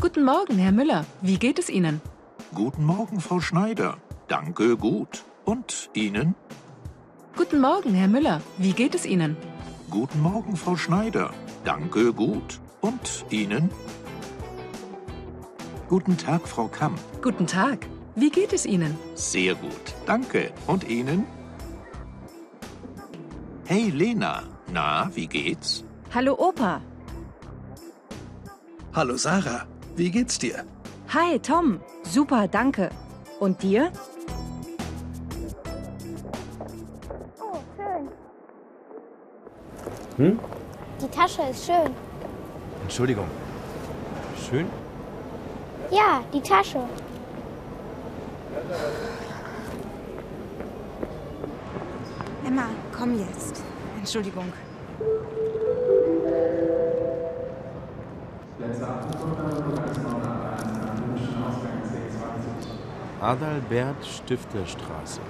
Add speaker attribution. Speaker 1: Guten Morgen, Herr Müller. Wie geht es Ihnen?
Speaker 2: Guten Morgen, Frau Schneider. Danke, gut. Und Ihnen?
Speaker 1: Guten Morgen, Herr Müller. Wie geht es Ihnen?
Speaker 2: Guten Morgen, Frau Schneider. Danke, gut. Und Ihnen? Guten Tag, Frau Kamm.
Speaker 1: Guten Tag. Wie geht es Ihnen?
Speaker 2: Sehr gut. Danke. Und Ihnen? Hey, Lena. Na, wie geht's?
Speaker 3: Hallo Opa.
Speaker 4: Hallo Sarah, wie geht's dir?
Speaker 3: Hi Tom. Super, danke. Und dir?
Speaker 5: Oh, schön.
Speaker 6: Hm?
Speaker 5: Die Tasche ist schön.
Speaker 6: Entschuldigung. Schön?
Speaker 5: Ja, die Tasche.
Speaker 7: Emma, komm jetzt. Entschuldigung.
Speaker 6: Adalbert Stifterstraße.